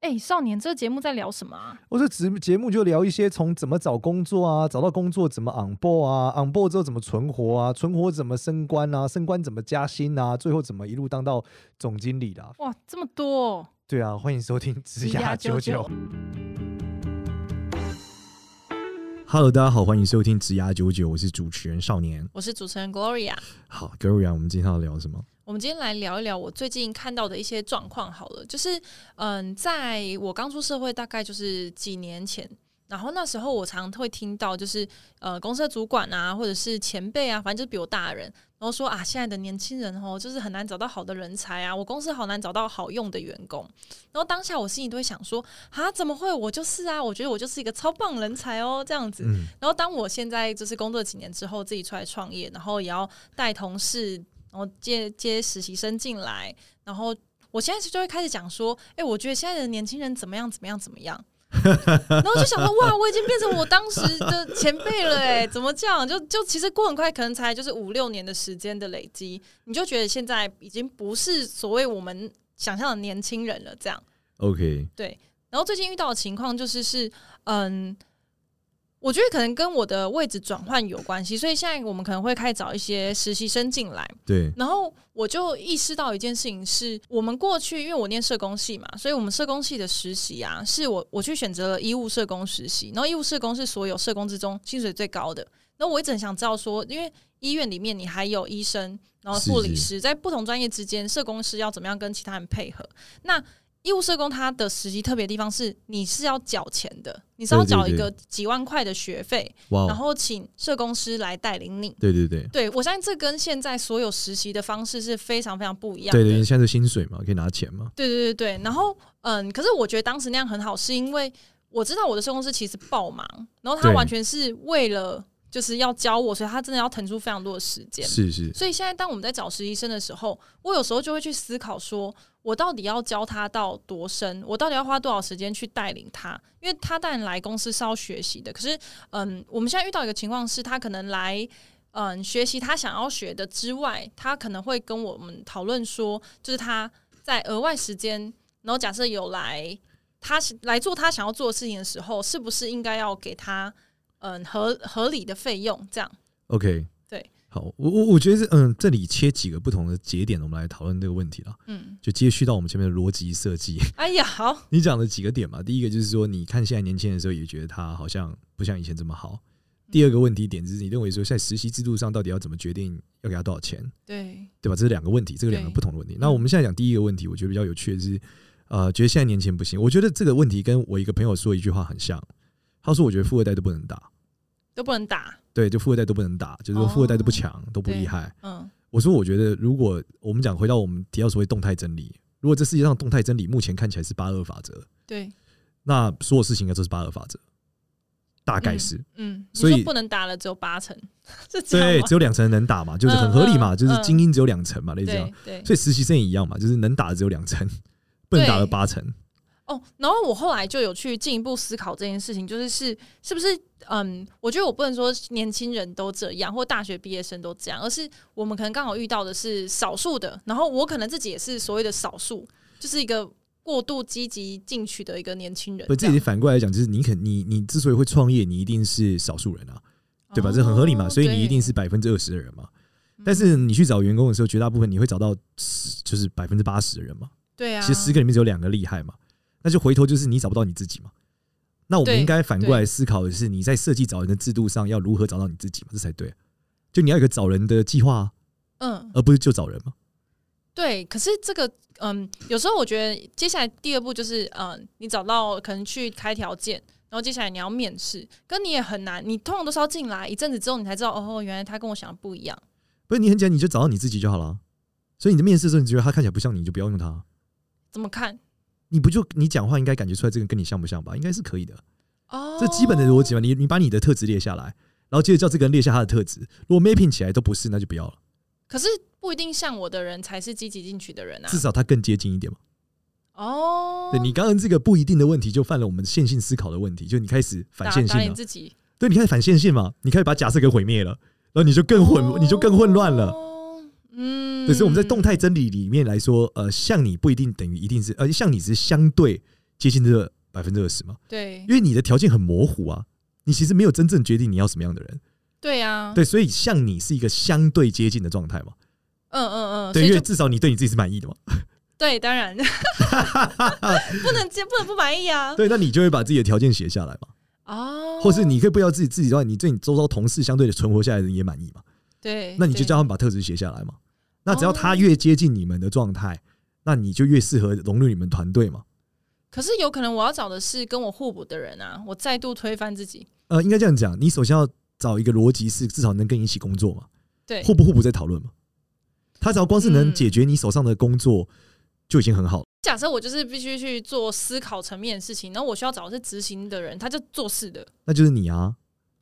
哎、少年，这个节目在聊什么啊？我这节节目就聊一些从怎么找工作啊，找到工作怎么 on board 啊，on board 之后怎么存活啊，存活怎么升官啊，升官怎么加薪啊，最后怎么一路当到总经理啦。哇，这么多、哦！对啊，欢迎收听《职涯涯九九九九》。Hello，大家好，欢迎收听《职涯九九》，我是主持人少年。我是主持人 Gloria。好 g r y 我们今天要聊什么？我们今天来聊一聊我最近看到的一些状况好了，就是嗯，在我刚出社会大概就是几年前，然后那时候我常会听到就是呃公司的主管啊，或者是前辈啊，反正就是比我大的人，然后说啊现在的年轻人哦，就是很难找到好的人才啊，我公司好难找到好用的员工。然后当下我心里都会想说啊怎么会我就是啊，我觉得我就是一个超棒人才哦这样子。嗯，然后当我现在就是工作几年之后，自己出来创业，然后也要带同事，然后接接实习生进来，然后我现在就会开始讲说，哎、我觉得现在的年轻人怎么样怎么样怎么样。然后就想说，哇，我已经变成我当时的前辈了，哎，怎么这样？就就其实过很快，可能才就是五六年的时间的累积，你就觉得现在已经不是所谓我们想象的年轻人了，这样。 OK，然后最近遇到的情况就是是，嗯，我觉得可能跟我的位置转换有关系，所以现在我们可能会开始找一些实习生进来。对，然后我就意识到一件事情是，我们过去因为我念社工系嘛，所以我们社工系的实习啊，是我我去选择了医务社工实习，然后医务社工是所有社工之中薪水最高的。那我一直很想知道说，因为医院里面你还有医生，然后是护理是师，在不同专业之间，社工师要怎么样跟其他人配合？那义务社工他的实习特别地方是，你是要缴钱的，你是要对对缴一对个几万块的学费，哇哦然后请社工师来带领你。对对对，对，我相信这跟现在所有实习的方式是非常非常不一样的。对对，现在是薪水嘛，可以拿钱嘛，对对对对然后嗯，可是我觉得当时那样很好，是因为我知道我的社工师其实爆忙，然后他对完全是为了就是要教我，所以他真的要腾出非常多的时间。是是，所以现在当我们在找实习生的时候，我有时候就会去思考说，我到底要教他到多深，我到底要花多少时间去带领他？因为他当然来公司是要学习的，可是嗯，我们现在遇到一个情况是，他可能来。嗯，学习他想要学的之外，他可能会跟我们讨论说，就是他在额外时间，然后假设有来他来做他想要做的事情的时候，是不是应该要给他嗯合合理的费用？这样 OK，对，好，我我我觉得是嗯，这里切几个不同的节点，我们来讨论这个问题啦。嗯，就接续到我们前面的逻辑设计， 哎呀，好，你讲的几个点嘛，第一个就是说，你看现在年轻人的时候，也觉得他好像不像以前这么好。嗯第二个问题点就是，你认为说在实习制度上到底要怎么决定要给他多少钱，对，对吧？这是两个问题，这个两个对嗯不同的问题。那我们现在讲第一个问题，我觉得比较有趣的是，呃，觉得现在年轻人不行。我觉得这个问题跟我一个朋友说一句话很像，他说我觉得富二代都不能打，都不能打。对，就富二代都不能打，就是说富二代都不哦强，都不对厉害。嗯，我说，我觉得如果我们讲回到我们提到所谓动态真理，如果这世界上动态真理目前看起来是八二法则，对，那所有事情应该都是八二法则，大概是、嗯，你所以说不能打了，只有八成， 是这样对，吗？只有两成能打嘛，就是很合理嘛，嗯嗯就是精英只有两成嘛，类似这样对。对所以实习生也一样嘛，就是能打的只有两成，不能打了八成。哦，然后我后来就有去进一步思考这件事情，就是是是不是嗯，我觉得我不能说年轻人都这样，或大学毕业生都这样，而是我们可能刚好遇到的是少数的，然后我可能自己也是所谓的少数，就是一个过度积极进取的一个年轻人不，这这样，也反过来讲，就是你肯你你之所以会创业，你一定是少数人啊，对吧？这很合理嘛，哦所以你一定是对嗯百分之二十的人嘛。但是你去找员工的时候，绝大部分你会找到10就是百分之八十的人嘛。对啊，其实十个里面只有两个厉害嘛，那就回头就是你找不到你自己嘛。那我们对应该反过来思考的是，你在设计找人的制度上要如何找到你自己嘛，这才对啊。就你要有一个找人的计划啊，嗯，而不是就找人嘛。对，可是这个，嗯，有时候我觉得接下来第二步就是，嗯，你找到可能去开条件，然后接下来你要面试，跟你也很难，你通常都是要进来一阵子之后，你才知道，哦，原来他跟我想的不一样。不是你很简单，你就找到你自己就好了啊。所以你的面试的时候，你觉得他看起来不像你，你就不要用他啊。怎么看？你不就你讲话应该感觉出来这个跟你像不像吧？应该是可以的，啊哦，这基本的逻辑嘛。你你把你的特质列下来，然后接着叫这个人列下他的特质。如果 mapping 起来都不是，那就不要了。可是不一定像我的人才是积极进取的人啊至。少他更接近一点嘛。哦，对你刚刚这个不一定的问题，就犯了我们线性思考的问题，就你开始反打线打性脸了。自己，对，你开始反线性嘛，你开始把假设给毁灭了，然后你就更混，你就更混乱了。哦。嗯，对，所以我们在动态真理里面来说，呃，像你不一定等于一定是，呃，像你只是相对接近这百分之二十嘛，对因为你的条件很模糊啊，你其实没有真正决定你要什么样的人，对啊，对，所以像你是一个相对接近的状态嘛，嗯嗯嗯，所对，以因就为至少你对你自己是 满意的嘛，对，当 然 不能接，不能不满意啊。对，那你就会把自己的条件写下来嘛，哦，或是你可以不要自己自己的话，你对你周遭同事相对的存活下来的人也满意嘛，对，那你就哎对叫他们把特质写下来嘛，那只要他哦越接近你们的状态，那你就越适合融入你们团队嘛。可是有可能我要找的是跟我互补的人啊，我再度推翻自己。呃，应该这样讲，你首先要找一个逻辑是至少能跟你一起工作嘛，对嗯互不互补再讨论嘛。他只要光是能解决你手上的工作，就已经很好了。假设我就是必须去做思考层面的事情，然后我需要找的是执行的人，他就做事的。那就是你啊，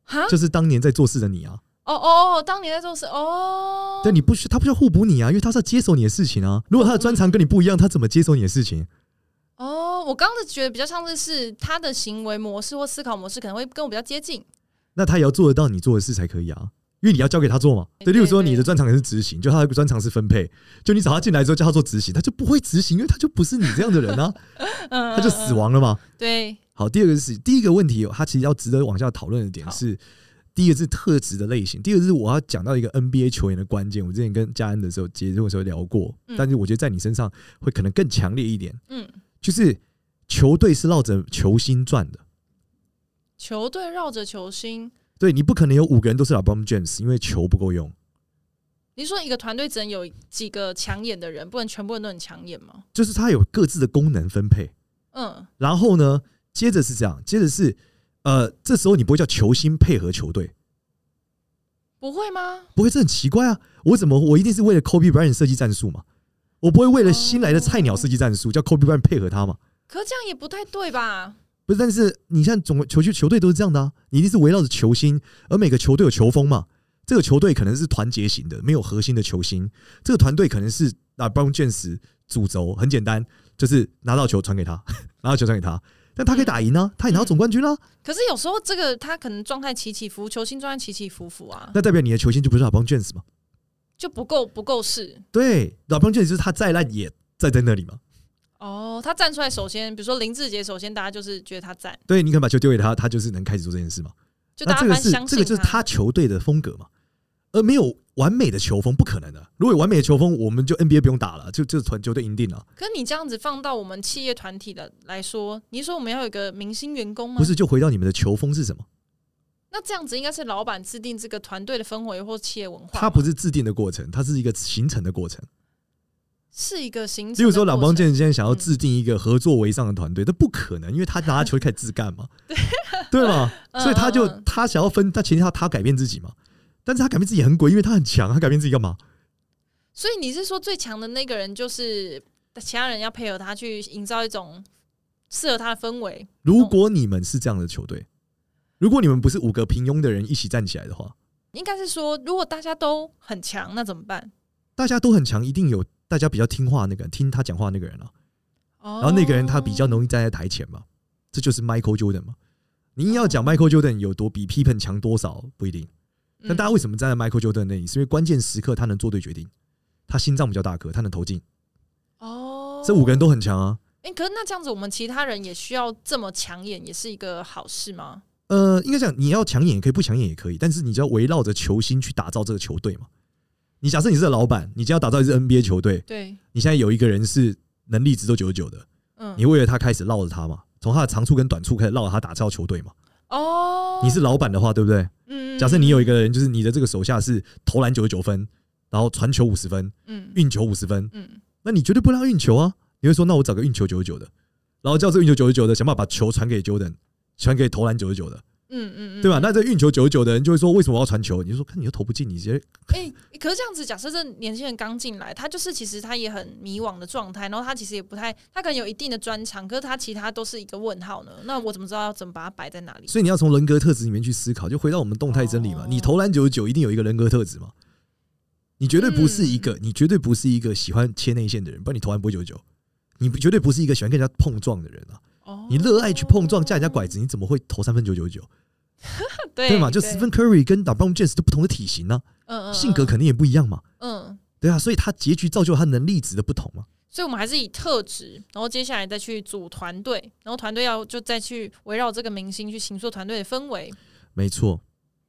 哈，就是当年在做事的你啊。哦哦，哦当你在做事，哦，对，你不需他不需要互补你啊，因为他是要接手你的事情啊。如果他的专长跟你不一样，他怎么接手你的事情？哦，我刚刚的觉得比较像是是他的行为模式或思考模式可能会跟我比较接近。那他也要做得到你做的事才可以啊，因为你要交给他做嘛。对，对例如说对你的专长是执行，就他的专长是分配，就你找他进来之后叫他做执行，他就不会执行，因为他就不是你这样的人啊， 嗯，他就死亡了嘛。嗯。嗯对，好，第二个是第一个问题，它其实要值得往下讨论的点好是，第一个是特质的类型，第二个是我要讲到一个 NBA 球员的关键。我之前跟嘉恩的时候结束的时候聊过，嗯但是我觉得在你身上会可能更强烈一点，嗯，就是球队是绕着球星转的。球队绕着球星，对你不可能有五个人都是 LeBron James，因为球不够用。你说一个团队只能有几个抢眼的人，不能全部人都很抢眼吗？就是它有各自的功能分配。嗯，然后呢，接着是这样，接着是呃，这时候你不会叫球星配合球队，不会吗？不会，这很奇怪啊！我怎么我一定是为了 Kobe Bryant 设计战术嘛？我不会为了新来的菜鸟设计战术，叫 Kobe Bryant 配合他嘛？可这样也不太对吧？不是，但是你像总球球球队都是这样的啊，你一定是围绕着球星，而每个球队有球风嘛。这个球队可能是团结型的，没有核心的球星；这个团队可能是啊 b r o w n James 主轴，哦很简单，就是拿到球传给他， 拿到球传给他，但他可以打赢啊，他也拿到总冠军啦、可是有时候这个他可能状态起起伏，球星状态起起伏伏啊，那代表你的球星就不是 b r o w n James 嘛？就不够不够是对 b r o w n James 就是他再烂也站在那里嘛。哦。他站出来，首先比如说林志杰，首先大家就是觉得他赞，对你可能把球丢给他，他就是能开始做这件事嘛。就那大家这个蛮是相这信啊个就是他球队的风格嘛，而没有完美的球风不可能的。如果有完美的球风，我们就 NBA 不用打了，就就团球队赢定了。可你这样子放到我们企业团体的来说，你说我们要有一个明星员工吗？不是，，就回到你们的球风是什么？那这样子应该是老板制定这个团队的氛围或企业文化嘛。它不是制定的过程，它是一个形成的过程。是一个形成的过程，例如说，老邦健现在想要嗯制定一个合作为上的团队，那不可能，因为他拿球开始自干 嘛，对吗？嗯所以他就嗯嗯他想要分，但前提他他改变自己嘛。但是他改变自己很鬼，因为他很强，他改变自己干嘛？所以你是说最强的那个人就是其他人要配合他去营造一种适合他的氛围？如果你们是这样的球队，如果你们不是五个平庸的人一起站起来的话，应该是说，如果大家都很强，那怎么办？大家都很强，一定有大家比较听话那个人，听他讲话那个人啊。哦然后那个人他比较容易站在台前嘛，这就是 Michael Jordan 嘛。你硬要讲 Michael Jordan 有多比 Pippen 强多少不一定，嗯但大家为什么站在 Michael Jordan 那里？是因为关键时刻他能做对决定，他心脏比较大颗，他能投进。嗯哦，这五个人都很强啊。哎、可是那这样子，我们其他人也需要这么抢眼，也是一个好事吗？呃，应该讲你要抢眼也可以，不抢眼也可以，但是你只要围绕着球星去打造这个球队嘛。你假设你是个老板，你就要打造一支 NBA 球队，对，你现在有一个人是能力值都九十九的，嗯你，为了他开始绕着他嘛，从他的长处跟短处开始绕着他打造球队嘛。哦，你是老板的话，对不对？嗯，嗯假设你有一，个人，就是你的这个手下是投篮九十九分，然后传球五十分，嗯嗯运球五十分，嗯，那你绝对不让他运球啊！你会说，那我找个运球九十九的，然后叫这个运球九十九的想办法把球传给 Jordan，传给投篮九十九的，嗯嗯，嗯对吧？那这运球九十九的人就会说，为什么我要传球？你就说，看你又投不进，你直接哎、可是这样子，假设这年轻人刚进来，他就是其实他也很迷惘的状态，然后他其实也不太，他可能有一定的专长，可是他其他都是一个问号呢。那我怎么知道要怎么把它摆在哪里？所以你要从人格特质里面去思考，就回到我们动态真理嘛哦。你投篮九十九，一定有一个人格特质嘛。你绝对不是一个，嗯你绝对不是一个喜欢切内线的人，不然你投篮不会九十九。你不绝对不是一个喜欢跟人家碰撞的人啊！哦你热爱去碰撞、架人家拐，子，你怎么会投三分九九九？对对嘛？就 Stephen Curry 跟 LeBron James 都不同的体型啊，嗯嗯性格肯定也不一样嘛。嗯，对啊，所以他结局造就他能力值的不同嘛。所以我们还是以特质，然后接下来再去组团队，然后团队要就再去围绕这个明星去形塑团队的氛围。没错，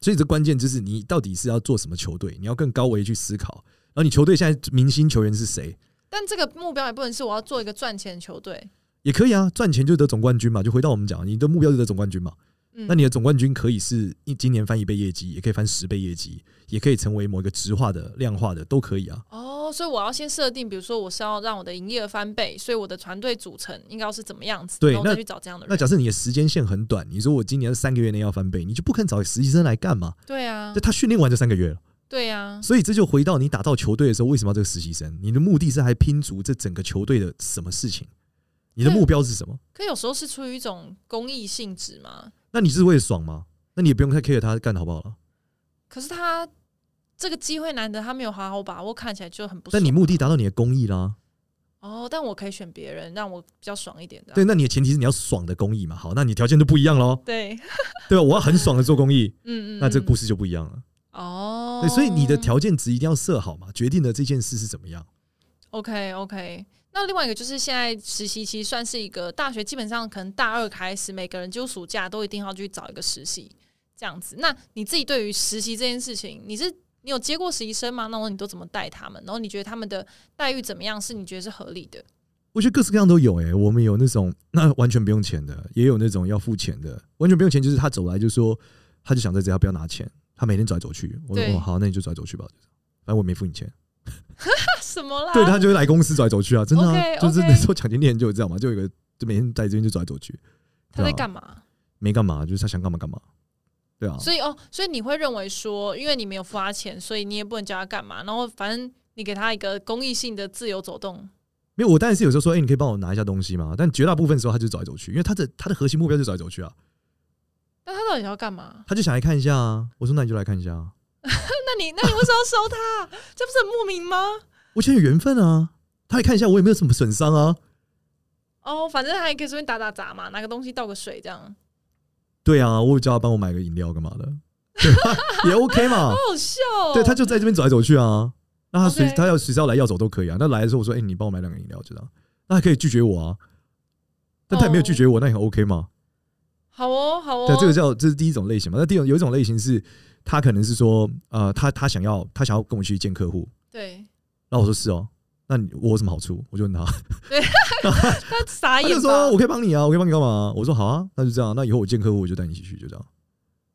所以这关键就是你到底是要做什么球队，你要更高维去思考。然后你球队现在明星球员是谁？但这个目标也不能是我要做一个赚钱的球队。也可以啊，赚钱就得总冠军嘛。就回到我们讲，你的目标就得总冠军嘛。嗯那你的总冠军可以是一今年翻一倍业绩，也可以翻十倍业绩，也可以成为某一个直化的、量化的都可以啊。哦，所以我要先设定，比如说我是要让我的营业额翻倍，所以我的团队组成应该要是怎么样子，对然后再那去找这样的那人。假设你的时间线很短，你说我今年三个月内要翻倍，你就不肯找实习生来干嘛？对啊就，他训练完这三个月了，对啊，所以这就回到你打造球队的时候，为什么要这个实习生？你的目的是还拼足这整个球队的什么事情？你的对目标是什么？可有时候是出于一种公益性质嘛。那你是为了爽吗？那你也不用太 care 他干得好不好了。可是他这个机会难得，他没有好好把握，看起来就很不爽。但你目的达到你的公益啦，哦，但我可以选别人，让我比较爽一点的。对，那你的前提是你要爽的公益嘛。好，那你条件就不一样喽，对，对吧？我要很爽的做公益，嗯嗯。那这嗯个故事就不一样了。哦，对，所以你的条件值一定要设好嘛，决定了这件事是怎么样。 OK OK。那另外一个就是现在实习期算是一个大学，基本上可能大二开始，每个人就暑假都一定要去找一个实习这样子。那你自己对于实习这件事情，你是你有接过实习生吗？那我你都怎么带他们？然后你觉得他们的待遇怎么样？是你觉得是合理 的？我觉得各式各样都有诶、我们有那种那完全不用钱的，也有那种要付钱的。完全不用钱就是他走来就说，他就想在这要不要拿钱，他每天走来走去。我对说哦好，那你就走来走去吧，就这样反正我也没付你钱。啊什么啦？对，他就会来公司走来走去啊，真的、啊 OK，OK 就是那时候奖金猎人就有这样嘛，就有一个就每天在这边就走来走去。他在对啊干嘛？没干嘛，就是他想干嘛干嘛。对啊，所以哦，所以你会认为说，因为你没有付他钱，所以你也不能叫他干嘛。然后反正你给他一个公益性的自由走动。没有我当然是有时候说，哎、你可以帮我拿一下东西嘛。但绝大部分时候他就走来走去，因为他的他的核心目标就走来走去啊，那他到底要干嘛？他就想来看一下啊。我说那你就来看一下啊，那你那你为什么要收他？ 这不是很莫名吗？我觉得有缘分啊，他来看一下我也没有什么损伤啊。哦，反正还可以随便打打杂嘛，拿个东西倒个水这样，对啊，我有叫他帮我买个饮料干嘛的，对吧？ 也 OK 嘛。好好笑、哦。对，他就在这边走来走去啊。那他随 OK 他要随时要来要走都可以啊。那来的时候我说，哎、你帮我买两个饮料，就这样。那他可以拒绝我啊，但他也没有拒绝我，那也很 OK 嘛。好哦，好哦。对，这个叫这是第一种类型嘛。那第二有一种类型是，他可能是说，呃，他他想要他想要跟我去见客户，对，那我说是哦，那你我有什么好处？我就问他，他傻他眼就吧说我可以帮你啊，我可以帮你干嘛啊、我说好啊，那就这样，那以后我见客户我就带你一起去，就这样。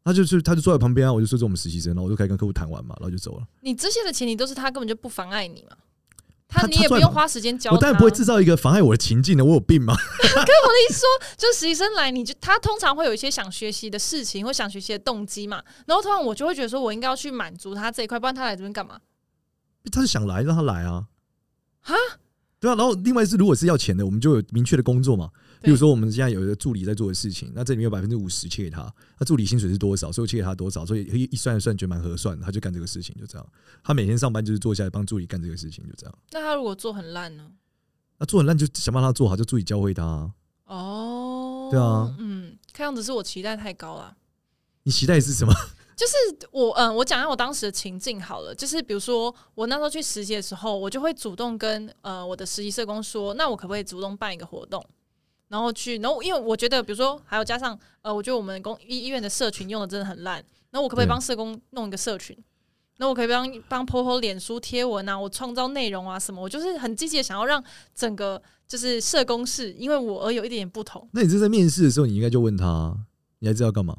他就是他就坐在旁边啊，我就说这我们实习生，然后我就可以跟客户谈完嘛，然后就走了。你这些的前提都是他根本就不妨碍你嘛。他你也他不赚用嘛花时间教他。哦我当然不会制造一个妨碍我的情境的，我有病吗？我的意思说，就是实习生来，你就他通常会有一些想学习的事情，或想学习的动机嘛。然后通常我就会觉得说，我应该要去满足他这一块，不然他来这边干嘛？他是想来让他来啊，哈，对啊。然后另外是如果是要钱的，我们就有明确的工作嘛，比如对说我们现在有一个助理在做的事情，那这里面有百分之五十切给他，那助理薪水是多少，所以我切给他多少，所以一一算一算觉得蛮合算的，他就干这个事情，就这样。他每天上班就是坐下来帮助理干这个事情，就这样。那他如果做很烂呢？那做很烂就想办法让他做好，就助理教会他、啊。哦，对啊，嗯，看样子是我期待太高了。你期待是什嗯么？我嗯，我讲一下我当时的情境好了，就是比如说我那时候去实习的时候，我就会主动跟呃我的实习社工说，那我可不可以主动办一个活动，然后去，然后因为我觉得，比如说还有加上呃，我觉得我们公医医院的社群用的真的很烂，那我可不可以对帮社工弄一个社群？那我可以帮帮 POPO 脸书贴文啊，我创造内容啊什么，我就是很积极的想要让整个就是社工室因为我而有一点点不同。 那你这在面试的时候，你应该就问他，啊你还知道干嘛？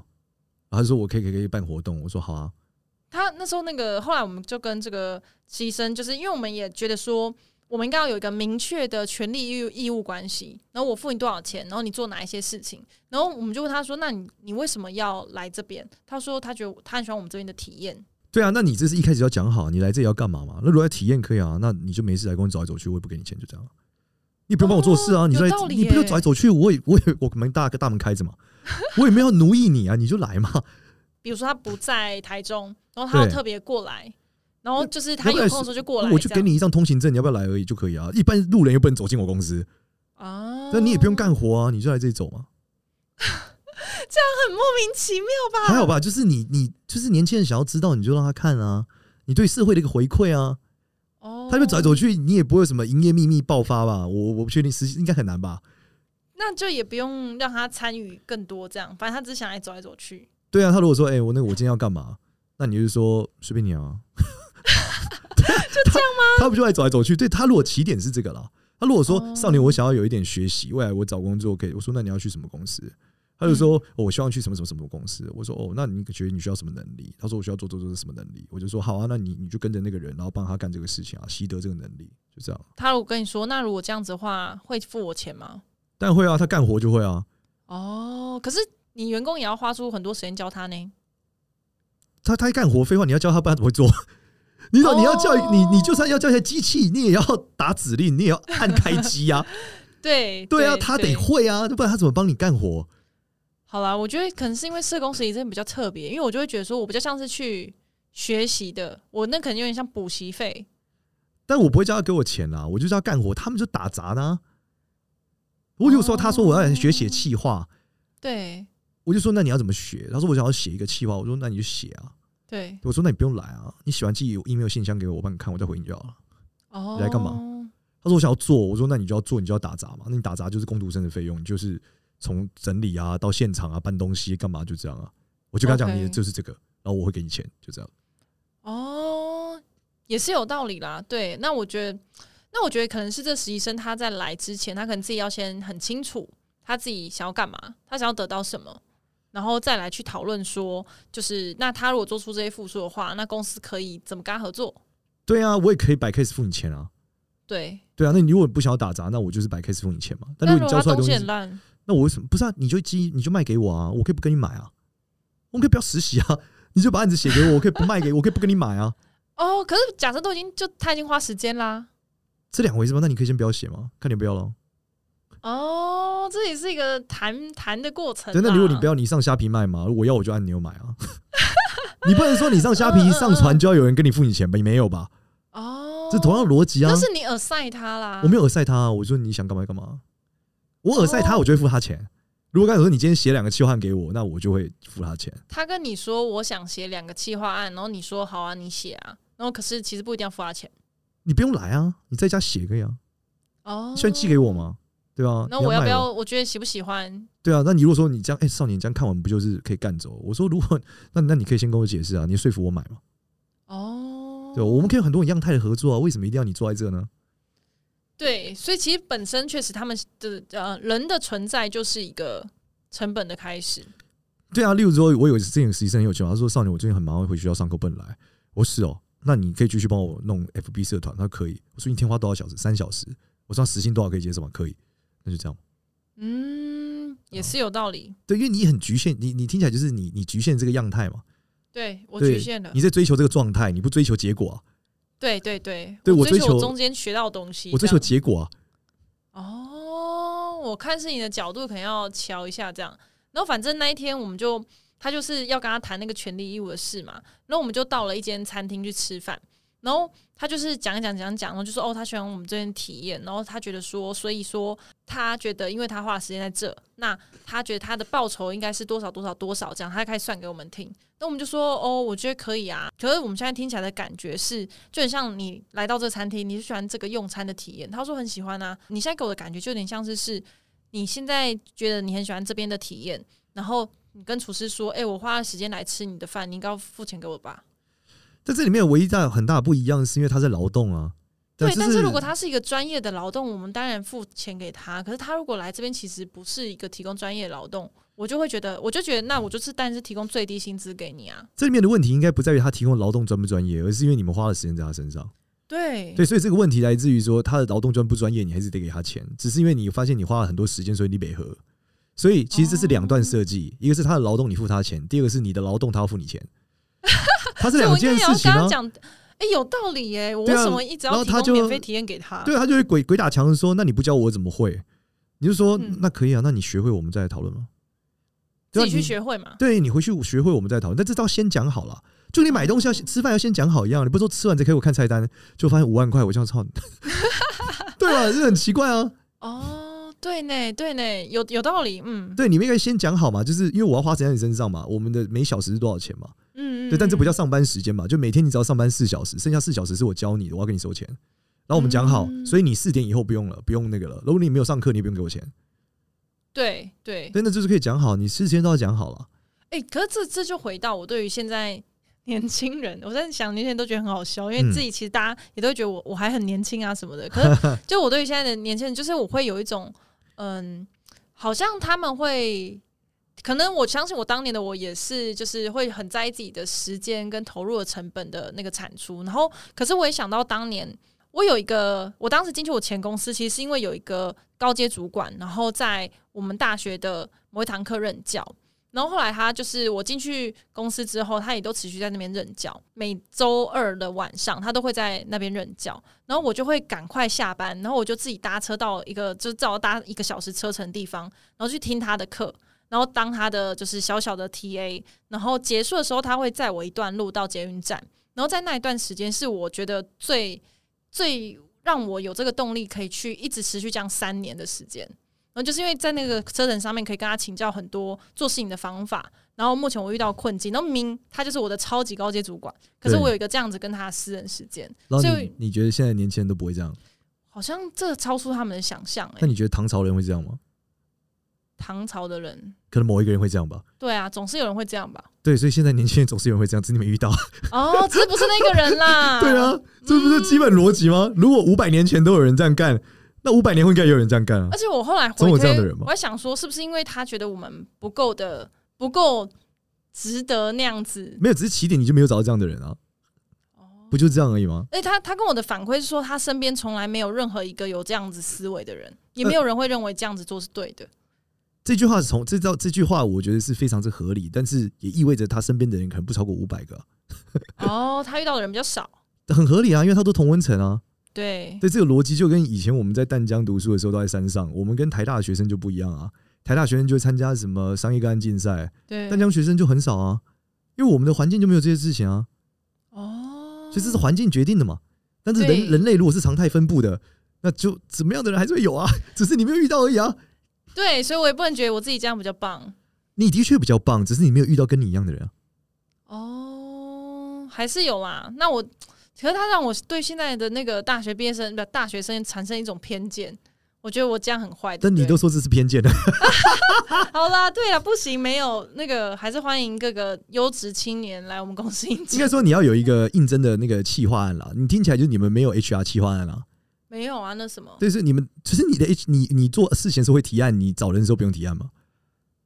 然后他说我可以可以可以办活动，我说好啊。他那时候那个后来我们就跟这个医生，就是因为我们也觉得说，我们应该要有一个明确的权利义务义务关系。然后我付你多少钱，然后你做哪一些事情，然后我们就问他说：“那你你为什么要来这边？”他说：“他觉得他很喜欢我们这边的体验。对啊，那你这是一开始要讲好，你来这里要干嘛嘛？那如果要体验可以啊，那你就没事来跟我走来走去，我也不给你钱，就这样。你不用帮我做事啊，哦你在有道理你不就走来走去，我也我也我们大个大门开 着嘛，我也没有奴役你啊，你就来嘛。比如说他不在台中，然后他要对特别过来，然后就是他要有不然空的时候就过来这样，我就给你一张通行证，你要不要来而已就可以啊。一般路人又不能走进我公司，啊，那你也不用莫干活啊，你就来这里走嘛，名其妙吧？还好吧？就是你你就是年轻人想要知道，你就让他看啊，你对社会的一个回馈啊。哦，他他就走来走去，你也不会有什么营业秘密爆发吧？我我不确定，实际应该很难吧？那就也不用让他参与更多，这样，反正他只想来走来走去。对啊，他如果说，哎、我那个我今天要干嘛？那你就说随便你啊， 就这样吗他？他不就爱走来走去？对他如果起点是这个啦，他如果说、哦少年我想要有一点学习，未来我找工作可以，我说那你要去什么公司？他就说、哦我希望去什么什么什么公司。我说哦，那你觉得你需要什么能力？他说我需要做做做什么能力？我就说好啊，那你你就跟着那个人，然后帮他干这个事情啊，习得这个能力，就这样。他如果跟你说，那如果这样子的话，会付我钱吗？但会啊，他干活就会啊，哦，可是你员工也要花出很多时间教他呢。他他干活，废话，你要教他，不然他怎么会做？ 你懂？哦你要叫你，你就算要叫一台机器，你也要打指令，你也要按开机 啊。对，对啊，他得对会啊，不然他怎么帮你干活？好啦，我觉得可能是因为社工实习真的比较特别，因为我就会觉得说，我比较像是去学习的，我那可能有点像补习费。但我不会叫他给我钱啊，我就叫他干活，他们就打杂呢、我就说，他说我要学写气哦话，对我就说那你要怎么学？他说我想要写一个气话，我说那你就写啊。对，我说那你不用来啊，你写完寄 email 信箱给我，我帮你看，我再回你就好了。哦，你来干嘛？他说我想要做，我说那你就要做，你就要打杂嘛。那你打杂就是工读生的费用，你就是从整理啊到现场啊搬东西干嘛就这样啊。我就跟他讲， OK 你就是这个，然后我会给你钱，就这样。哦，也是有道理啦。对，那我觉得，那我觉得可能是这实习生他在来之前，他可能自己要先很清楚他自己想要干嘛，他想要得到什么，然后再来去讨论说，就是那他如果做出这些付出的话，那公司可以怎么跟他合作？对啊，我也可以摆 case 付你钱啊。对，对啊，那你如果不想要打杂，那我就是摆 case 付你钱嘛。但那如如果果你交他出来的东东西西很，烂，那我为什么不是啊？你就寄你就卖给我啊，我可以不跟你买啊，我可以不要实习啊，你就把案子写给我，我可以不卖给，我可以不跟你买啊，哦，可是假设都已经就他已经花时间啦。这两回事吗？那你可以先不要写吗？看你要不要咯。哦，这也是一个谈谈的过程啦。啊对，那如果你不要，你上虾皮卖嘛，我要我就按钮买啊。 你不能说你上虾皮嗯嗯一嗯上传就要有人跟你付你钱吧？你没有吧？哦，这同样的逻辑啊那。是你耳塞他啦。我没有耳塞他啊，我说你想干嘛就干嘛，我耳塞他，哦我就会付他钱。如果刚才说你今天写两个期汉给我，那我就会付他钱。他跟你说我想写两个企划案，然后你说好啊，你写啊，然后可是其实不一定要付他钱你不用来啊，你在家写可以啊，哦虽然寄给我？嘛，对吧、啊？那我要要不卖要？？我觉得喜不喜欢？对啊，那你如果说你这样，哎、少年你这样看完不就是可以干走？我说如果那那你可以先跟我解释啊，你说服我买嘛，哦，对吧、我们可以有很多种样态的合作啊，为什么一定要你坐在这呢？对，所以其实本身确实他们的呃人的存在就是一个成本的开始。对啊，例如说，我有一次之前有实习生很有趣，他说少年我最近很忙，会回学校上课不能来。我说是哦，那你可以继续帮我弄 FB 社团，他说可以。我说你一天花多少小时？三小时。我说那时薪多少可以接受吗？可以，那就这样。嗯，也是有道理。对，因为你很局限，你你听起来就是你你局限这个样态嘛，对我对局限了，你在追求这个状态，你不追求结果啊，对对对，对我我追我求中间学到的东西，我追这求样结果啊。哦，我看是你的角度，可能要瞧一下这样。然后反正那一天我们就他就是要跟他谈那个权利义务的事嘛，然后我们就到了一间餐厅去吃饭，然后他就是讲一讲讲一讲，然后就说哦，他喜欢我们这边体验，然后他觉得说，所以说他觉得，因为他花的时间在这，那他觉得他的报酬应该是多少多少多少这样，他开始算给我们听。那我们就说哦，我觉得可以啊。可是我们现在听起来的感觉是，就很像你来到这个餐厅，你是喜欢这个用餐的体验。他说很喜欢啊。你现在给我的感觉就有点像是是，你现在觉得你很喜欢这边的体验，然后你跟厨师说，哎、我花了时间来吃你的饭，你应该要付钱给我吧？在这里面唯一大很大的不一样，是因为他在劳动啊。对，这但是如果他是一个专业的劳动，我们当然付钱给他。可是他如果来这边其实不是一个提供专业劳动，我就会觉得，我就觉得那我就是，但是提供最低薪资给你啊。这里面的问题，应该不在于他提供劳动专不专业，而是因为你们花了时间在他身上。对对，所以这个问题来自于说他的劳动专不专业，你还是得给他钱，只是因为你发现你花了很多时间，所以你没合。所以其实这是两段设计，嗯一个是他的劳动你付他钱，第二个是你的劳动他要付你钱， 它是所以两我应该件也要事跟情他啊。讲，哎、有道理耶、我为对啊什么一直然要后提他供就免费体验给他？对，他啊就会鬼鬼打墙说：“那你不教我怎么会？”你就说：“嗯那可以啊，那你学会我们再来讨论嘛。”对自啊己去你学会嘛。对你回去学会我们再讨论，但这招先讲好了。就你买东西要先吃饭要先讲好一样，你不是说吃完才给我看菜单，就发现五万块，我这 样操你，对吧？这很奇怪啊。哦，对呢，对呢，有有道理，嗯，对，你们应该先讲好嘛，就是因为我要花时间在你身上嘛，我们的每小时是多少钱嘛？嗯，嗯对，但这不叫嗯上班时间嘛，就每天你只要上班四小时，剩下四小时是我教你的，我要给你收钱。然后我们讲好，嗯所以你四点以后不用了，不用那个了。如果你没有上课，你也不用给我钱。对对，真的就是可以讲好，你事先都要讲好了。哎、可是这这就回到我对于现在 年轻人，我在想那些人都觉得很好笑，因嗯为自己其实大家也都会觉得我我还很年轻啊什么的。可是就我对于现在的年轻人，就是我会有一种嗯，好像他们会。可能我相信我当年的我也是，就是会很在意自己的时间跟投入的成本的那个产出。然后，可是我也想到当年我有一个，我当时进去我前公司，其实是因为有一个高阶主管，然后在我们大学的某一堂课任教。然后后来他就是我进去公司之后，他也都持续在那边任教，每周二的晚上他都会在那边任教。然后我就会赶快下班，然后我就自己搭车到一个就是照搭一个小时车程的地方，然后去听他的课，然后当他的就是小小的 TA。然后结束的时候，他会载我一段路到捷运站。然后在那一段时间，是我觉得最最让我有这个动力可以去一直持续这样三年的时间。然后就是因为在那个车程上面，可以跟他请教很多做事情的方法。然后目前我遇到困境，然后明他就是我的超级高阶主管，可是对我有一个这样子跟他的私人时间，然后所你以你觉得现在年轻人都不会这样？好像这超出他们的想象哎、那你觉得唐朝人会这样吗？唐朝的人，可能某一个人会这样吧。对啊，总是有人会这样 吧？对，所以现在年轻人总是有人会这样，只是你没遇到。哦，只是不是那个人啦。 对啊，这不是基本逻辑嗯吗？如果五百年前都有人这样干，那五百年后应该也有人这样干啊而。且我后来总回有推，这样的人吗我在想说，是不是因为他觉得我们不够的不够值得那样子？没有，只是起点你就没有找到这样的人啊，哦，不就这样而已吗？而且他他跟我的反馈是说，他身边从来没有任何一个有这样子思维的人，也没有人会认为这样子做是对 的。这句话是从这道这句话，我觉得是非常之合理，但是也意味着他身边的人可能不超过五百个啊、哦，他遇到的人比较少，很合理啊，因为他都同温层啊。对，对这个逻辑，就跟以前我们在淡江读书的时候都在山上，我们跟台大的学生就不一样啊。台大学生就会参加什么商业个案竞赛，对淡江学生就很少啊，因为我们的环境就没有这些事情啊，哦，所以这是环境决定的嘛。但是人对人类如果是常态分布的，那就怎么样的人还是会有啊，只是你没有遇到而已啊。对，所以我也不能觉得我自己这样比较棒。你的确比较棒，只是你没有遇到跟你一样的人啊。哦，还是有啦。那我，可是他让我对现在的那个大学毕业生、不大学生产生一种偏见。我觉得我这样很坏，对但不你都说这是偏见的，啊对好啦，对啦，不行，没有那个，还是欢迎各个优质青年来我们公司应应征。该说你要有一个应征的那个企划案啦。你听起来就是你们没有 HR 企划案啦，没有啊，那什么，对，是你们，只是你的 H，你你做事情的时候会提案，你找人的时候不用提案吗？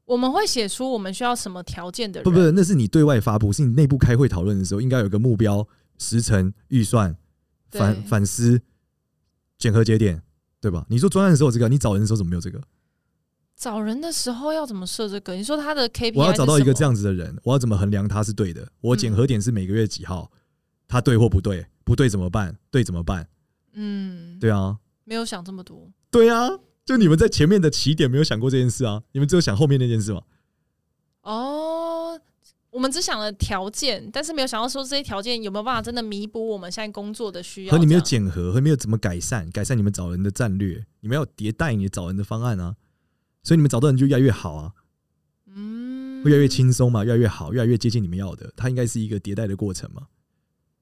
我们会写出我们需要什么条件的人。不不，那是你对外发布，是你内部开会讨论的时候，应该有个目标、时程、预算、对反反思、检核节点，对吧？你做专案的时候有这个，你找人的时候怎么没有这个？找人的时候要怎么设这个？你说他的 KPI，我要找到一个这样，样子的人，我要怎么衡量他是对的？我检核点是每个月几号，他对或不对？不对怎么办？对怎么办？嗯，对啊，没有想这么多。对啊，就你们在前面的起点没有想过这件事啊，你们只有想后面那件事嘛。哦，我们只想了条件，但是没有想到说这些条件有没有办法真的弥补我们现在工作的需要。和你没有这样检核，和没有怎么改善，改善你们找人的战略，你们要迭代你找人的方案啊，所以你们找到人就越来越好啊，嗯会越来越。轻松嘛，越来越好，越来越接近你们要的，它应该是一个迭代的过程嘛。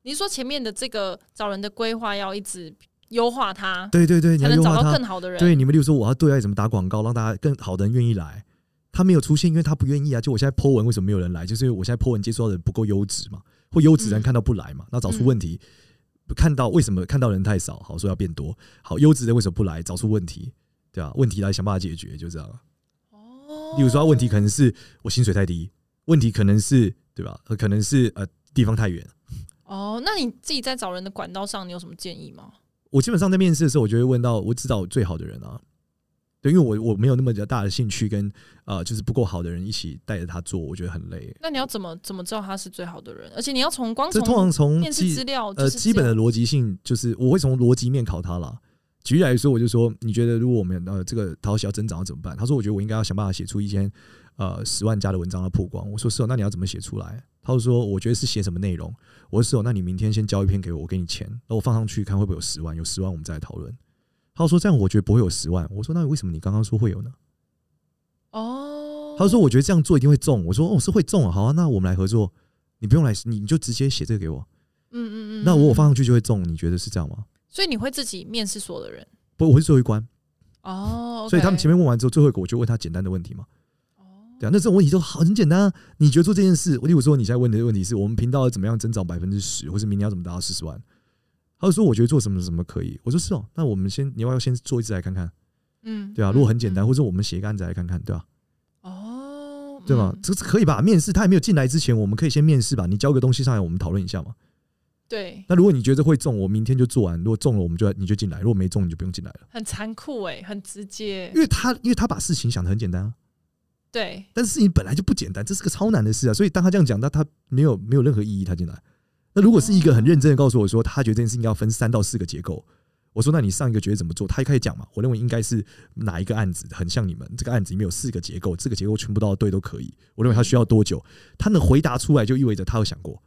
你是说前面的这个找人的规划要一直优化它，对对对，你才要能优找化到它更。好的人。对，你们例如说我要对外怎么打广告，让大家更好的人愿意来，他没有出现，因为他不愿意啊。就我现在 po 文为什么没有人来，就是因为我现在 po 文接触到的人不够优质嘛，或优质的人嗯看到不来嘛，那找出嗯问题。看到为什么看到人太少，好说要变多，好优质的人为什么不来？找出问题，对啊，问题来想办法解决，就这样啊。哦例如说，问题可能是我薪水太低，问题可能是对吧？呃可能是呃地方太远。哦，那你自己在找人的管道上，你有什么建议吗？我基本上在面试的时候，我就会问到我指导最好的人啊，对，因为我我没有那么大的兴趣跟呃就是不够好的人一起带着他做，我觉得很累。那你要怎么怎么知道他是最好的人？而且你要从光这通常从从面试基资料哦就呃是基本这的样逻辑性，就是我会从逻辑面考他啦。举例来说，我就说你觉得如果我们呃这个讨喜要增长要怎么办？他说我觉得我应该要想办法写出一篇呃十万加的文章要曝光。我说是哦，那你要怎么写出来？他就说我觉得是写什么内容。我说是哦，那你明天先交一篇给我，我给你钱，那我放上去看会不会有十万，有十万我们再来讨论。他说这样我觉得不会有十万。我说那为什么你刚刚说会有呢？哦。他说：“我觉得这样做一定会中。”我说：“哦，是会中啊，好啊，那我们来合作，你不用来，你你就直接写这个给我，嗯嗯嗯，那我嗯放上去就会中，你觉得是这样吗？所以你会自己面试所有的人不，我是最后一关，哦所以他们前面面问完之后，最后一个我就问他简单的问题嘛。哦对啊，那这种问题都好很简单啊。你觉得做这件事，例如说你现在问的问题是我们频道要怎么样增长百分之十，或是明年要怎么达到四十万，他就说我觉得做什么什么可以。我说是哦，那我们先你要不要先做一次来看看？嗯对啊，如果很简单，或者我们写一个案子来看看，对吧、哦，对吧？嗯这这可以吧？面试他还没有进来之前，我们可以先面试吧。你交个东西上来，我们讨论一下嘛。对，那如果你觉得会中，我明天就做完；如果中了，我们就你就进来；如果没中，你就不用进来了。很残酷哎、很直接因，为他因为他把事情想得很简单啊，对，但是事情本来就不简单，这是个超难的事啊。所以当他这样讲，那他没有没有任何意义，他进来。那如果是一个很认真的告诉我说，他觉得这件事情要分三到四个结构，我说那你上一个觉得怎么做？他一开始讲嘛，我认为应该是哪一个案子很像你们，这个案子里面有四个结构，这个结构全部都要对都可以。我认为他需要多久？他能回答出来就意味着他有想过。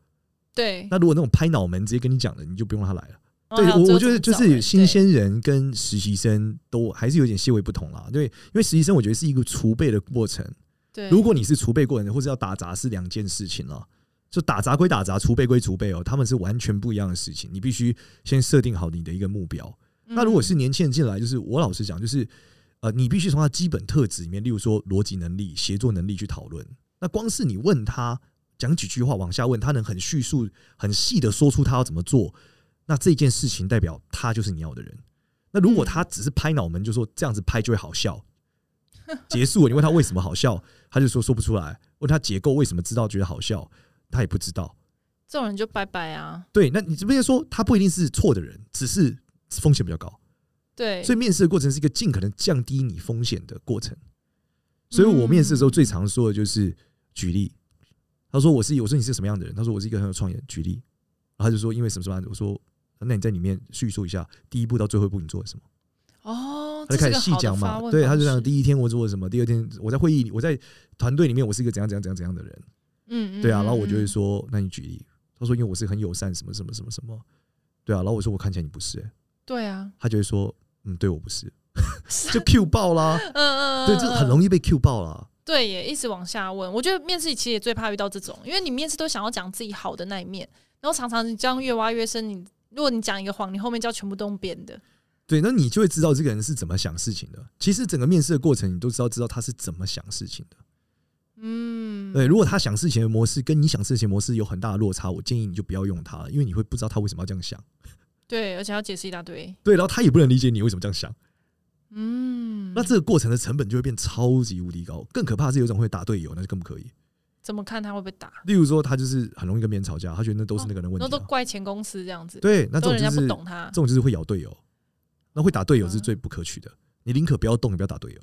对，那如果那种拍脑门直接跟你讲的，你就不用让他来了。对然后还有我，最我觉后得怎么就找是人新对鲜人跟实习生都还是有点些微不同啦。对，因为实习生我觉得是一个储备的过程。对，如果你是储备过程，或者要打杂是两件事情了。就打杂归打杂，储备归储备哦，他们是完全不一样的事情。你必须先设定好你的一个目标。嗯那如果是年轻人进来，就是我老实讲，就是呃，你必须从他基本特质里面，例如说逻辑能力、协作能力去讨论。那光是你问他讲几句话往下问，他能很叙述、很细的说出他要怎么做，那这件事情代表他就是你要的人。那如果他只是拍脑门，就说这样子拍就会好笑，结束了，你问他为什么好笑，他就说说不出来。问他结构为什么知道觉得好笑，他也不知道。这种人就拜拜啊，对，那你这边说他不一定是错的人，只是风险比较高。对，所以面试的过程是一个尽可能降低你风险的过程。所以我面试的时候最常说的就是举例。他说我是，我说你是什么样的人？他说我是一个很有创意的人。举例，然后他就说因为什么什么案子？我说那你在里面叙述一下第一步到最后一步你做了什么？哦，他就这开是个始细好的讲发嘛。问对，他方就讲式第一天我做了什么，第二天我在会议里，我在团队里面我是一个怎样怎样怎样怎样的人。嗯，嗯对啊，然后我就会，嗯说那你举例。他说因为我是很友善什么什么什么什么。对啊，然后我说我看起来你不是、欸嗯对啊，他就会说嗯，对我不 是，就 Q 爆啦。嗯嗯，对，这很易，容易被 Q 爆了。对耶，一直往下问。我觉得面试其实也最怕遇到这种，因为你面试都想要讲自己好的那一面，然后常常你这样越挖越深，你如果你讲一个谎，你后面就要全部都用编的，对，那你就会知道这个人是怎么想事情的。其实整个面试的过程，你都知道知道他是怎么想事情的。嗯，对，如果他想事情的模式跟你想事情的模式有很大的落差，我建议你就不要用它，因为你会不知道他为什么要这样想。对，而且要解释一大堆，对，然后他也不能理解你为什么这样想，嗯，那这个过程的成本就会变超级无敌高。更可怕的是有一种会打队友，那就更不可以。怎么看他会被打，例如说，他就是很容易跟别人吵架，他觉得那都是那个人的问然后题哦都啊、怪前公司这样子，对，那这都种人家就不是懂他这，种就是会咬队友，那会打队友是嗯最不可取的。你宁可不要动，也不要打队友。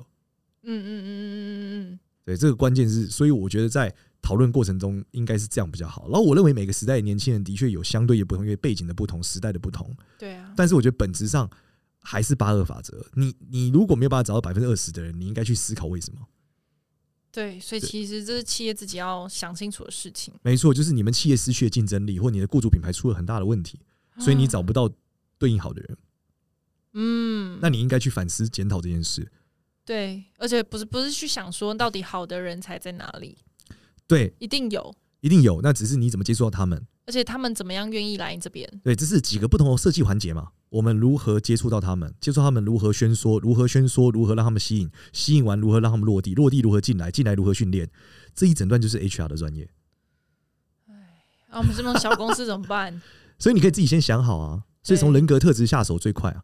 嗯嗯嗯嗯嗯嗯嗯，对，这个关键是，所以我觉得在讨论过程中应该是这样比较好。然后我认为每个时代的年轻人的确有相对的不同，因为背景的不同，时代的不同。对啊，但是我觉得本质上还是八二法则。你你如果没有办法找到百分之二十的人，你应该去思考为什么。对，所以对其实这是企业自己要想清楚的事情，没错，就是你们企业失去了竞争力，或你的雇主品牌出了很大的问题，所啊以你找不到对应好的人。嗯，那你应该去反思检讨这件事。对，而且不是不是去想说到底好的人才在哪里，对，一定有，一定有，那只是你怎么接触到他们。而且他们怎么样愿意来你这边？对，这是几个不同的设计环节嘛。我们如何接触到他们？接触他们如何宣说？如何宣说？如何让他们吸引？吸引完如何让他们落地？落地如何进来？进来如何训练？这一整段就是 HR 的专业，啊，我们这种小公司怎么 办？所以你可以自己先想好啊。所以从对人格特质下手最快啊。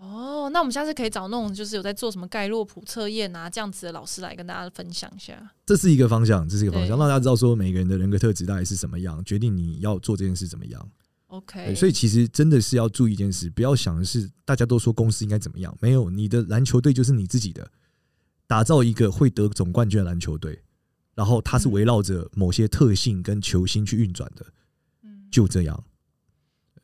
哦，那我们下次可以找那种就是有在做什么盖洛普测验啊这样子的老师来跟大家分享一下。这是一个方向，这是一个方对向，让大家知道说每个人的人格特质大概是什么样，决定你要做这件事怎么样。对 OK，所以其实真的是要注意一件事，不要想的是大家都说公司应该怎么样，没有你的篮球队就是你自己的，打造一个会得总冠军的篮球队，然后它是嗯围绕着某些特性跟球星去运转的，嗯，就这样。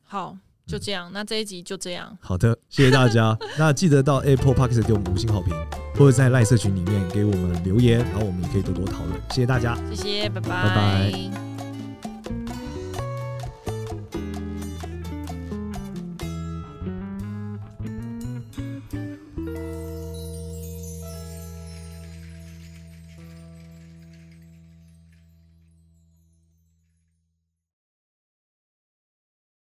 好，就这样，那这一集就这样。好的，谢谢 大家。那记得到 Apple Podcast 给我们五星好评，或者在赖社群里面给我们留言，然后我们也可以多多讨论。谢谢大家。谢谢，拜拜拜